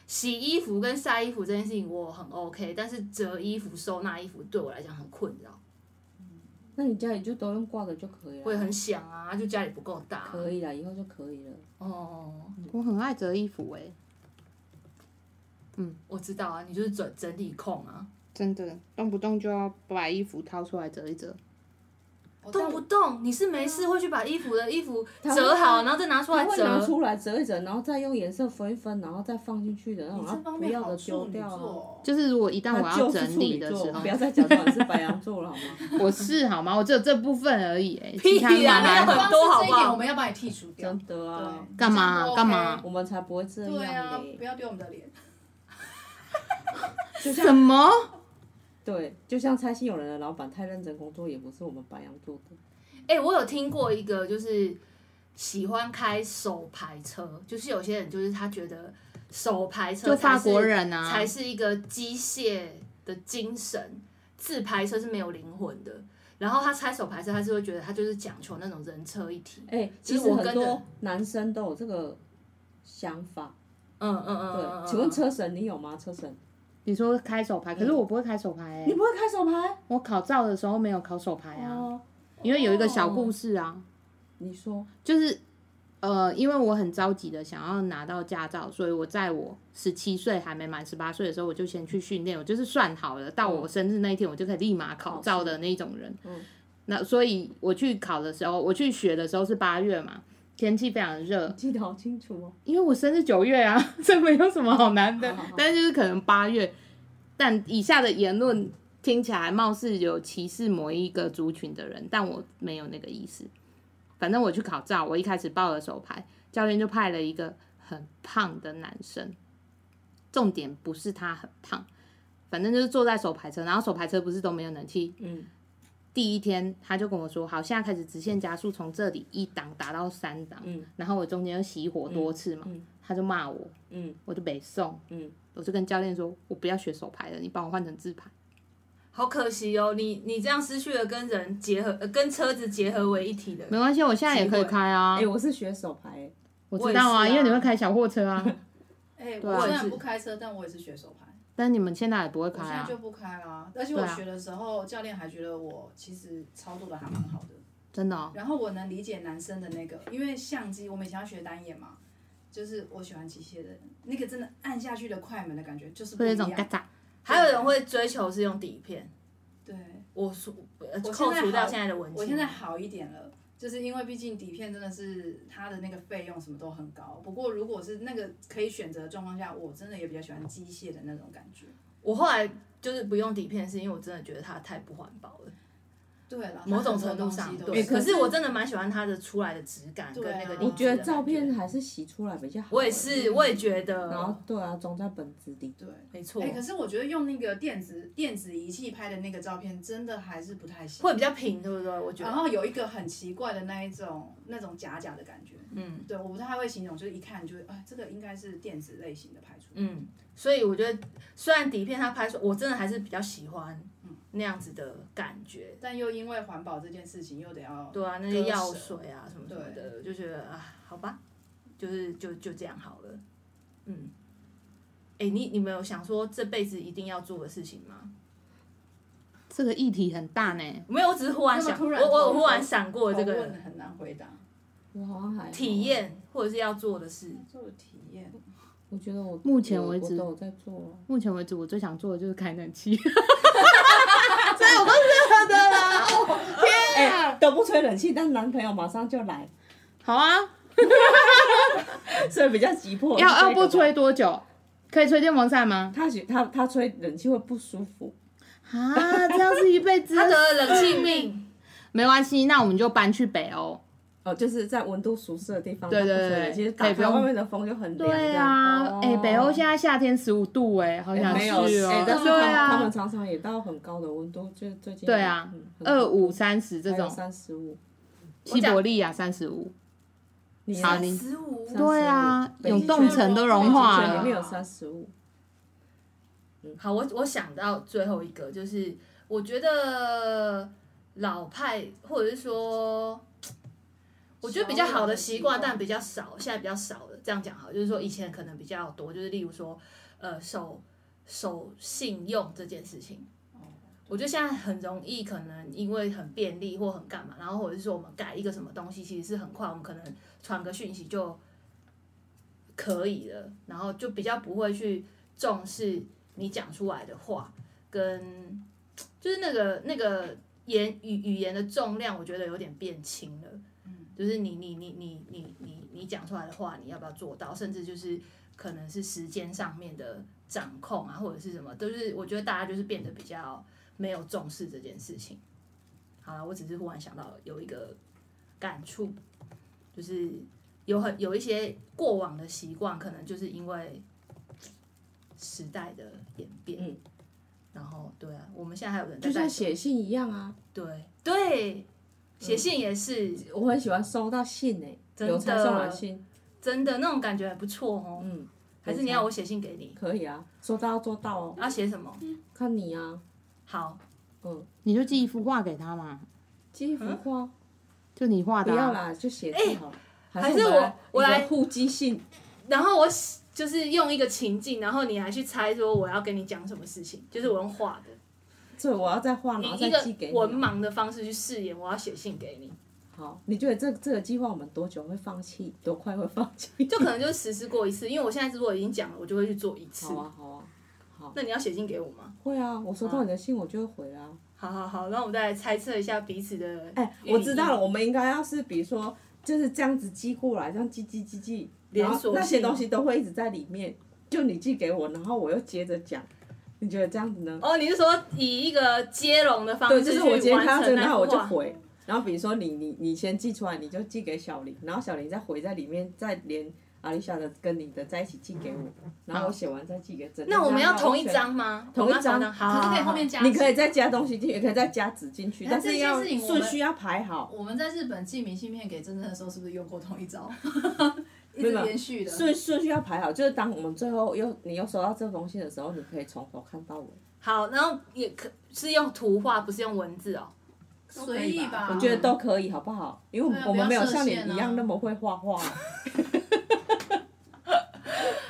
[SPEAKER 2] 洗衣服跟晒衣服这件事情我很 OK，但是折衣服、收纳衣服对我来讲很困扰，
[SPEAKER 4] 那你家里就都用挂的就可以
[SPEAKER 2] 我也
[SPEAKER 4] 了。
[SPEAKER 2] 很想啊，就家里不够大、
[SPEAKER 4] 可以啦，以后就可以了。
[SPEAKER 2] 哦，
[SPEAKER 1] 我很爱折衣服哎、
[SPEAKER 2] 我知道啊，你就是整整理控啊，
[SPEAKER 1] 真的，动不动就要把衣服掏出来折一折。
[SPEAKER 3] 我啊但
[SPEAKER 2] 动不动你是没事会去把衣服的衣服
[SPEAKER 4] 他会
[SPEAKER 2] 折好，然后再拿出来
[SPEAKER 4] 他会拿
[SPEAKER 2] 折。
[SPEAKER 4] 出来折一折，然后再用颜色分一分，然后再放进去的那
[SPEAKER 3] 你
[SPEAKER 4] 种，
[SPEAKER 3] 这
[SPEAKER 4] 然后
[SPEAKER 3] 方
[SPEAKER 4] 不
[SPEAKER 3] 面
[SPEAKER 4] 要
[SPEAKER 3] 好
[SPEAKER 4] 的
[SPEAKER 3] 处
[SPEAKER 4] 丢
[SPEAKER 3] 女
[SPEAKER 4] 掉
[SPEAKER 3] 座
[SPEAKER 4] 啊。
[SPEAKER 3] 哦，
[SPEAKER 1] 就是如果一旦我
[SPEAKER 4] 他就
[SPEAKER 1] 要
[SPEAKER 4] 是
[SPEAKER 1] 整
[SPEAKER 4] 处
[SPEAKER 1] 理
[SPEAKER 4] 女
[SPEAKER 1] 的
[SPEAKER 4] 座，
[SPEAKER 1] 时候
[SPEAKER 4] 不，要再假装是白羊座了好吗？
[SPEAKER 1] 我是好吗？我只有这部分而已、欸，
[SPEAKER 2] 屁
[SPEAKER 1] 其
[SPEAKER 2] 呀那
[SPEAKER 1] 他的还
[SPEAKER 2] 个
[SPEAKER 1] 好
[SPEAKER 2] 很多好
[SPEAKER 3] 光是这
[SPEAKER 2] 不好
[SPEAKER 3] 一点我们要把你剔除掉。
[SPEAKER 4] 真的啊，
[SPEAKER 3] 对
[SPEAKER 1] 干
[SPEAKER 3] 这样不
[SPEAKER 1] 嘛
[SPEAKER 3] OK
[SPEAKER 1] 干嘛？
[SPEAKER 4] 我们才不会这
[SPEAKER 3] 对啊
[SPEAKER 4] 样，嘞
[SPEAKER 3] 不。要丢我们的脸。
[SPEAKER 4] 就
[SPEAKER 1] [laughs]
[SPEAKER 4] 像
[SPEAKER 1] 什么？
[SPEAKER 2] [laughs]
[SPEAKER 4] 对，就像蔡信有人的老板太认真工作，也不是我们白羊座的。
[SPEAKER 2] 哎、我有听过一个，就是喜欢开手排车，就是有些人就是他觉得手排车
[SPEAKER 1] 就
[SPEAKER 2] 才
[SPEAKER 1] 法
[SPEAKER 2] 是
[SPEAKER 1] 国、人啊
[SPEAKER 2] 才，是一个机械的精神，自排车是没有灵魂的。然后他拆手排车，他是会觉得他就是讲求那种人车一体。
[SPEAKER 4] 哎、
[SPEAKER 2] 其
[SPEAKER 4] 其
[SPEAKER 2] 实
[SPEAKER 4] 实
[SPEAKER 2] 我
[SPEAKER 4] 很
[SPEAKER 2] 跟着
[SPEAKER 4] 多男生都有这个想法。
[SPEAKER 2] 嗯嗯嗯，
[SPEAKER 4] 对，
[SPEAKER 2] 嗯
[SPEAKER 4] 请问车神你有吗？车神，
[SPEAKER 1] 你说开手牌，可是我不会开手
[SPEAKER 2] 哎 [laughs]
[SPEAKER 1] 牌、
[SPEAKER 4] 你
[SPEAKER 1] 欸，
[SPEAKER 4] 不会开手牌？
[SPEAKER 1] 我考照的时候没有考手牌啊，
[SPEAKER 4] 哦，
[SPEAKER 1] 因为有一个小故事啊，
[SPEAKER 4] 你
[SPEAKER 2] 哦
[SPEAKER 4] 说，
[SPEAKER 1] 就是呃，因为我很着急的想要拿到驾照，所以我在我十七岁还没满十八岁的时候，我就先去训练，我就是算好了，到我生日那一天，我就可以立马考照的那种人。
[SPEAKER 4] 嗯
[SPEAKER 1] 那所以我去考的时候，我去学的时候是八月嘛，天气非常热
[SPEAKER 4] 你，记得好清楚哦。
[SPEAKER 1] 因为我生日九月啊， [laughs] 这没有什么好难的。
[SPEAKER 4] 好好好
[SPEAKER 1] 但是就是可能八月，但以下的言论听起来貌似有歧视某一个族群的人，但我没有那个意思。反正我去考照，我一开始报了手牌，教练就派了一个很胖的男生，重点不是他很胖，反正就是坐在手排车，然后手排车不是都没有冷气，
[SPEAKER 4] 嗯，
[SPEAKER 1] 第一天他就跟我说，好，现在开始直线加速，从这里一档打到三档，
[SPEAKER 4] 嗯
[SPEAKER 1] 然后我中间又熄火多次嘛，
[SPEAKER 4] 嗯嗯
[SPEAKER 1] 他就骂我，
[SPEAKER 4] 嗯，
[SPEAKER 1] 我就北送，
[SPEAKER 4] 嗯，
[SPEAKER 1] 我就跟教练说，我不要学手牌了，你帮我换成自牌。
[SPEAKER 2] 好可惜哦，你你这样失去了跟人结合、呃跟车子结合为一体的。
[SPEAKER 1] 没关系，我现在也可以开啊，
[SPEAKER 4] 哎、我是学手牌、欸，
[SPEAKER 1] 我知道
[SPEAKER 2] 我也是啊
[SPEAKER 1] 因为你会开小货车啊，
[SPEAKER 3] 哎，
[SPEAKER 1] 对啊
[SPEAKER 3] 我虽
[SPEAKER 2] 我也是
[SPEAKER 3] 然不开车，但我也是学手牌。
[SPEAKER 1] 但你们现在也不会开
[SPEAKER 3] 我现在
[SPEAKER 1] 啊，
[SPEAKER 3] 就不开啦，而且
[SPEAKER 1] 对
[SPEAKER 3] 我
[SPEAKER 1] 啊
[SPEAKER 3] 学的时候，教练还觉得我其实操作的还蛮好的。
[SPEAKER 1] 真的、哦。
[SPEAKER 3] 然后我能理解男生的那个，因为相机我们以前要学单眼嘛，就是我喜欢机械的，那个真的按下去的快门的感觉就是不
[SPEAKER 1] 会有
[SPEAKER 3] 一
[SPEAKER 1] 一种嘎
[SPEAKER 3] 样。
[SPEAKER 1] 嘎，
[SPEAKER 2] 还有人会追求是用底片，
[SPEAKER 3] 对，
[SPEAKER 2] 我说呃
[SPEAKER 3] 我
[SPEAKER 2] 扣
[SPEAKER 3] 现在
[SPEAKER 2] 除掉
[SPEAKER 3] 好
[SPEAKER 2] 现在的文
[SPEAKER 3] 我
[SPEAKER 2] 青
[SPEAKER 3] 现在好一点了，就是因为毕竟底片真的是它的那个费用什么都很高。不过如果是那个可以选择的状况下，我真的也比较喜欢机械的那种感觉。
[SPEAKER 2] 我后来就是不用底片，是因为我真的觉得它太不环保了，
[SPEAKER 3] 对了，
[SPEAKER 2] 某种程度
[SPEAKER 3] 它
[SPEAKER 2] 上
[SPEAKER 3] 很多东
[SPEAKER 2] 对。
[SPEAKER 3] 西都
[SPEAKER 2] 可
[SPEAKER 3] 是
[SPEAKER 2] 是我真的蛮喜欢它的出来的质感跟
[SPEAKER 3] 对啊嗯
[SPEAKER 2] 那个立
[SPEAKER 4] 我
[SPEAKER 2] 体的
[SPEAKER 4] 觉
[SPEAKER 2] 感
[SPEAKER 4] 得照片，还是洗出来比较好。
[SPEAKER 2] 嗯我也是，我也觉
[SPEAKER 4] 然
[SPEAKER 2] 得
[SPEAKER 4] 后，对啊，装在本子里。
[SPEAKER 3] 对。
[SPEAKER 2] 没错
[SPEAKER 3] 哎、，可是我觉得用那个电子电子仪器拍的那个照片，真的还是不太行。
[SPEAKER 2] 会比较平，对不对？我觉
[SPEAKER 3] 然
[SPEAKER 2] 得，
[SPEAKER 3] 后有一个很奇怪的那一种那种假假的感觉，
[SPEAKER 2] 嗯
[SPEAKER 3] 对，我不太会形容，就是一看就会，哎，这个应该是电子类型的拍出。
[SPEAKER 2] 嗯，所以我觉得虽然底片它拍出，我真的还是比较喜欢
[SPEAKER 3] 嗯
[SPEAKER 2] 那样子的感觉。
[SPEAKER 3] 但又因为环保这件事情，又得要
[SPEAKER 2] 对啊，那些
[SPEAKER 3] 哦割
[SPEAKER 2] 药
[SPEAKER 3] 舍
[SPEAKER 2] 水啊什么什么的，就觉得啊，好吧，就是就就这样好了。嗯，哎、你你们有想说这辈子一定要做的事情吗？
[SPEAKER 1] 这个议题很大呢。
[SPEAKER 2] 没有，我只是忽然
[SPEAKER 3] 那么
[SPEAKER 2] 想，
[SPEAKER 3] 突然
[SPEAKER 2] 我我有
[SPEAKER 3] 头
[SPEAKER 2] 忽然闪过这
[SPEAKER 3] 拷
[SPEAKER 2] 个
[SPEAKER 3] 问很难回答。
[SPEAKER 4] 我好像还好
[SPEAKER 2] 体，验或者是要做的事。
[SPEAKER 3] 做体验，
[SPEAKER 4] 我觉得我
[SPEAKER 1] 目前
[SPEAKER 4] 我
[SPEAKER 1] 为止
[SPEAKER 4] 我都有在做啊、
[SPEAKER 1] 目前为止，我最想做的就是开冷 [laughs] 气。
[SPEAKER 4] 哎、都不吹冷气，但男朋友马上就来，
[SPEAKER 1] 好啊， [laughs]
[SPEAKER 4] 所以比较急迫。
[SPEAKER 1] 要
[SPEAKER 4] 是这
[SPEAKER 1] 要
[SPEAKER 4] 个
[SPEAKER 1] 不
[SPEAKER 4] 吧
[SPEAKER 1] 吹，多久？可以吹电风扇吗？
[SPEAKER 4] 他喜他他吹冷气会不舒服。
[SPEAKER 1] 啊，这样是一辈子。
[SPEAKER 2] 他得了冷气病，
[SPEAKER 1] [laughs] 没关系，那我们就搬去北欧。
[SPEAKER 4] 哦，就是在温度舒适的地方，
[SPEAKER 1] 对
[SPEAKER 4] 它
[SPEAKER 1] 对
[SPEAKER 4] 不吹冷
[SPEAKER 1] 对
[SPEAKER 4] 气其实
[SPEAKER 1] 可以
[SPEAKER 4] 打
[SPEAKER 1] 不
[SPEAKER 4] 开
[SPEAKER 1] 用
[SPEAKER 4] 外面的风就很凉。
[SPEAKER 1] 对
[SPEAKER 4] 这样哦
[SPEAKER 1] 啊，哎、北欧现在夏天十五度、哎，好想
[SPEAKER 4] 没
[SPEAKER 1] 去
[SPEAKER 4] 有，
[SPEAKER 1] 哦、
[SPEAKER 4] 哎但是他
[SPEAKER 1] 对
[SPEAKER 4] 们、他
[SPEAKER 1] 啊
[SPEAKER 4] 们，常常也到很高的温度，就最近嗯
[SPEAKER 1] 对啊，二五三十这种，
[SPEAKER 4] 三十五，
[SPEAKER 1] 西伯利亚三十五，
[SPEAKER 4] 你
[SPEAKER 1] 好
[SPEAKER 4] 啊
[SPEAKER 1] 你
[SPEAKER 2] 十五
[SPEAKER 4] 35
[SPEAKER 1] 对啊，
[SPEAKER 4] 北极
[SPEAKER 1] 永冻层都融化
[SPEAKER 4] 北极圈里
[SPEAKER 1] 了。
[SPEAKER 4] 面有三十五，
[SPEAKER 2] 好，我我想到最后一个，就是我觉得老派或者是说，我觉得比较好的习惯，
[SPEAKER 3] 少有的习惯
[SPEAKER 2] 但比较少，现在比较少了。这样讲好，就是说以前可能比较多，就是例如说，呃，守守信用这件事情。我觉得现在很容易，可能因为很便利或很干嘛，然后或者是说我们改一个什么东西，其实是很快，我们可能传个讯息就可以了，然后就比较不会去重视你讲出来的话，跟就是那个那个言语语言的重量，我觉得有点变轻了。
[SPEAKER 4] 嗯
[SPEAKER 2] 就是你你你你你你你讲出来的话，你要不要做到？甚至就是可能是时间上面的掌控啊，或者是什么，都、是我觉得大家就是变得比较没有重视这件事情。好了，我只是忽然想到有一个感触，就是有很有一些过往的习惯，可能就是因为时代的演变，
[SPEAKER 4] 嗯
[SPEAKER 2] 然后对啊，我们现在还有人在
[SPEAKER 4] 就像
[SPEAKER 2] 带
[SPEAKER 4] 写信一样啊。
[SPEAKER 2] 对对，写信也是。
[SPEAKER 4] 我很喜欢收到信诶、
[SPEAKER 2] 真的
[SPEAKER 4] 邮差送来信，
[SPEAKER 2] 真的那种感觉还不错哦。
[SPEAKER 4] 嗯，
[SPEAKER 2] 还是你要我写信给你？
[SPEAKER 4] 可以啊，说到做到哦，
[SPEAKER 2] 要写什么？
[SPEAKER 4] 看你啊，
[SPEAKER 2] 好，
[SPEAKER 4] 嗯，
[SPEAKER 1] 你就寄一幅画给他嘛，
[SPEAKER 4] 寄一幅画，
[SPEAKER 1] 就你画
[SPEAKER 4] 不
[SPEAKER 1] 的、
[SPEAKER 4] 要
[SPEAKER 1] 啊。
[SPEAKER 4] 啦，就写字好了。
[SPEAKER 2] 哎还是
[SPEAKER 4] 是
[SPEAKER 2] 我我来
[SPEAKER 4] 互寄信，
[SPEAKER 2] 然后我喜就是用一个情境，然后你还去猜说我要跟你讲什么事情，就是我用画的，
[SPEAKER 4] 这我要再画，然后
[SPEAKER 2] 以
[SPEAKER 4] 再
[SPEAKER 2] 一个
[SPEAKER 4] 寄嗯给你。哦
[SPEAKER 2] 文盲的方式去饰演我要写信给你，
[SPEAKER 4] 好，你觉得这这个计划我们多久会放弃？多快会放弃？
[SPEAKER 2] 就可能就是实施过一次，因为我现在如果已经讲了，我就会去做一次
[SPEAKER 4] [laughs] 好。啊，好啊，
[SPEAKER 2] 那你要写信给我吗？
[SPEAKER 4] 会啊，我收到你的信我就会回啊。
[SPEAKER 2] 嗯好好好，那我们再来猜测一下彼此的。
[SPEAKER 4] 哎、
[SPEAKER 2] 原
[SPEAKER 4] 我
[SPEAKER 2] 因
[SPEAKER 4] 知道了，我们应该要是比如说就是这样子寄过来，这样寄寄寄寄，然
[SPEAKER 2] 连
[SPEAKER 4] 后
[SPEAKER 2] 锁
[SPEAKER 4] 那些
[SPEAKER 2] 性哦
[SPEAKER 4] 东西都会一直在里面。就你寄给我，然后我又接着讲，你觉得这样子呢？
[SPEAKER 2] 哦，你是说以一个接龙的方
[SPEAKER 4] 对，
[SPEAKER 2] 式
[SPEAKER 4] 就
[SPEAKER 2] 去
[SPEAKER 4] 是我
[SPEAKER 2] 完
[SPEAKER 4] 今天看到这
[SPEAKER 2] 成
[SPEAKER 4] 个，然
[SPEAKER 2] 那
[SPEAKER 4] 后我
[SPEAKER 2] 幅
[SPEAKER 4] 就
[SPEAKER 2] 画？
[SPEAKER 4] 回。然后比如说你你你先寄出来，你就寄给小林，然后小林再回在里面，再连阿丽莎的跟你的在一起寄给我，然后我写完再寄给真。
[SPEAKER 2] 那我们要同一
[SPEAKER 4] 这样
[SPEAKER 2] 张吗？
[SPEAKER 4] 同
[SPEAKER 2] 我们要
[SPEAKER 4] 一张
[SPEAKER 2] 好好
[SPEAKER 3] 可是
[SPEAKER 2] 好
[SPEAKER 3] 可以后
[SPEAKER 2] 好
[SPEAKER 3] 面加，
[SPEAKER 4] 你可以再加东西进，去，也可以再加纸进去，
[SPEAKER 3] 但
[SPEAKER 4] 但
[SPEAKER 3] 这
[SPEAKER 4] 是
[SPEAKER 3] 件
[SPEAKER 4] 要
[SPEAKER 3] 事情我
[SPEAKER 4] 顺
[SPEAKER 3] 们
[SPEAKER 4] 序要排好，
[SPEAKER 3] 我们在日本寄明信片给真正的时候，是不是用过同一
[SPEAKER 2] [laughs]
[SPEAKER 3] 招？一
[SPEAKER 4] 没
[SPEAKER 3] 直
[SPEAKER 4] 有
[SPEAKER 3] 连续的。
[SPEAKER 4] 顺顺序要排好。就是当我们最后又你又收到这封信的时候，你可以从头看到尾。
[SPEAKER 2] 好，然后也可是用图画，不是用文字哦。
[SPEAKER 3] 随意吧
[SPEAKER 4] 我觉得都可以，好不好？因为我们
[SPEAKER 3] 对啊
[SPEAKER 4] 我们没有
[SPEAKER 3] 不要设
[SPEAKER 4] 像你
[SPEAKER 3] 限啊
[SPEAKER 4] 一样那么会画画，啊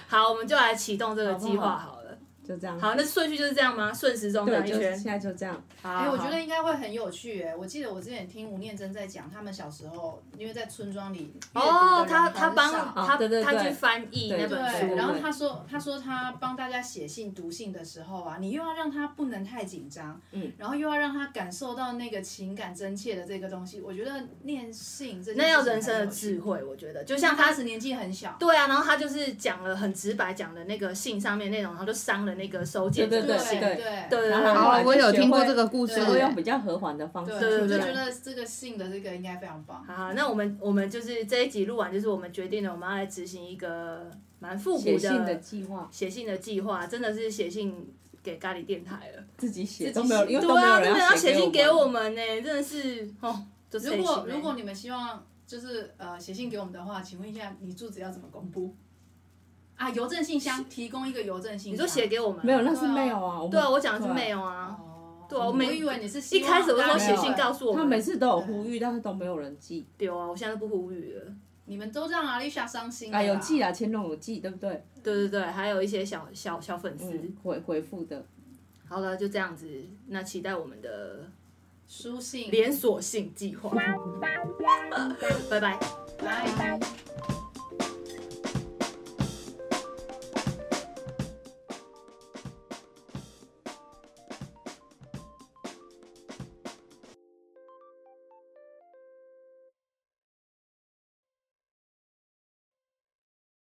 [SPEAKER 2] 好，我们就来启动这个计划好了。
[SPEAKER 4] 就这样。
[SPEAKER 2] 好，那顺序就是这样吗？顺时钟这
[SPEAKER 4] 对，
[SPEAKER 2] 样一
[SPEAKER 4] 就
[SPEAKER 2] 圈。
[SPEAKER 4] 现在就这样。
[SPEAKER 2] 好，
[SPEAKER 3] 哎、
[SPEAKER 2] 好
[SPEAKER 3] 我觉得应该会很有趣哎、我记得我之前听吴念真在讲，他们小时候因为在村庄里阅读的人
[SPEAKER 2] 哦，他
[SPEAKER 3] 很
[SPEAKER 2] 他帮
[SPEAKER 3] 少
[SPEAKER 2] 他
[SPEAKER 4] 对对
[SPEAKER 2] 他
[SPEAKER 4] 对
[SPEAKER 2] 去翻译那
[SPEAKER 4] 对
[SPEAKER 2] 本
[SPEAKER 4] 对
[SPEAKER 2] 书
[SPEAKER 3] 对，，然后他说他说他帮大家写信读信的时候啊，你又要让他不能太紧张，
[SPEAKER 4] 嗯，
[SPEAKER 3] 然后又要让他感受到那个情感真切的这个东西，我觉得念信这件
[SPEAKER 2] 那要
[SPEAKER 3] 事情
[SPEAKER 2] 人生
[SPEAKER 3] 很
[SPEAKER 2] 的
[SPEAKER 3] 有趣
[SPEAKER 2] 智，慧，我觉得就
[SPEAKER 3] 就
[SPEAKER 2] 像
[SPEAKER 3] 像
[SPEAKER 2] 他
[SPEAKER 3] 当时年纪很小，
[SPEAKER 2] 对啊，然后他就是讲了很直白，讲的那个信上面内容，然后就伤了那个收件
[SPEAKER 4] 对
[SPEAKER 2] 人的
[SPEAKER 4] 对
[SPEAKER 2] 心。
[SPEAKER 4] 对
[SPEAKER 3] 对
[SPEAKER 2] 对对
[SPEAKER 4] 然后
[SPEAKER 2] 对
[SPEAKER 4] 后
[SPEAKER 2] 对
[SPEAKER 4] 来
[SPEAKER 1] 哦，
[SPEAKER 4] 就
[SPEAKER 1] 我有
[SPEAKER 4] 学
[SPEAKER 1] 听过
[SPEAKER 4] 会
[SPEAKER 1] 这个故事
[SPEAKER 3] 对
[SPEAKER 4] 我
[SPEAKER 3] 会
[SPEAKER 4] 用
[SPEAKER 1] 欸，
[SPEAKER 4] 比较和缓的方式
[SPEAKER 2] 对
[SPEAKER 4] 去
[SPEAKER 3] 我就
[SPEAKER 2] 对
[SPEAKER 3] 觉
[SPEAKER 4] 讲。
[SPEAKER 3] 得这个信的这个应该非常棒。
[SPEAKER 2] 好好，啊那我们我们就是这一集录完，就是我们决定了，我们要来执行一个蛮复古
[SPEAKER 4] 写信的
[SPEAKER 2] 的
[SPEAKER 4] 计划，
[SPEAKER 2] 写信的计划，真的是写信给咖喱电台了。
[SPEAKER 4] 自己写
[SPEAKER 3] 自
[SPEAKER 4] 都
[SPEAKER 3] 己
[SPEAKER 4] 没有，
[SPEAKER 3] 写
[SPEAKER 4] 因为
[SPEAKER 2] 对
[SPEAKER 4] 都没
[SPEAKER 2] 啊，
[SPEAKER 4] 有
[SPEAKER 2] 都
[SPEAKER 4] 人
[SPEAKER 2] 没有写信给
[SPEAKER 4] 我
[SPEAKER 2] 我
[SPEAKER 4] 们。
[SPEAKER 2] 们呢、真的是哦，就是
[SPEAKER 3] 如果
[SPEAKER 2] 很幸运
[SPEAKER 3] 如果你们希望就是呃写信给我们的话，请问一下你住址要怎么公布？啊，邮政信箱提供一个邮政信箱。
[SPEAKER 2] 你说写给我们啊
[SPEAKER 4] 没有，那是
[SPEAKER 3] 对啊
[SPEAKER 4] 没有啊。我们
[SPEAKER 2] 对啊，我讲的是没
[SPEAKER 4] 有。
[SPEAKER 2] 有啊，
[SPEAKER 3] 哦
[SPEAKER 2] 对啊我
[SPEAKER 3] 我
[SPEAKER 2] 每
[SPEAKER 3] 以为你是
[SPEAKER 2] 一
[SPEAKER 3] 希望
[SPEAKER 2] 开始我说
[SPEAKER 3] 大家
[SPEAKER 2] 写信告诉我
[SPEAKER 4] 他
[SPEAKER 2] 们，
[SPEAKER 4] 每次都有呼吁，但是都没有人寄。
[SPEAKER 2] 丢啊，我现在都不呼吁了。
[SPEAKER 3] 你们都让阿丽莎伤心了
[SPEAKER 4] 啊，
[SPEAKER 3] 啦
[SPEAKER 4] 有寄啊，乾隆有寄，对不对？
[SPEAKER 2] 对对对，还有一些小小小粉丝。
[SPEAKER 4] 嗯，回回复的。
[SPEAKER 2] 好了，就这样子，那期待我们的
[SPEAKER 3] 书信
[SPEAKER 2] [laughs] 连锁性计划。拜拜。
[SPEAKER 3] 拜。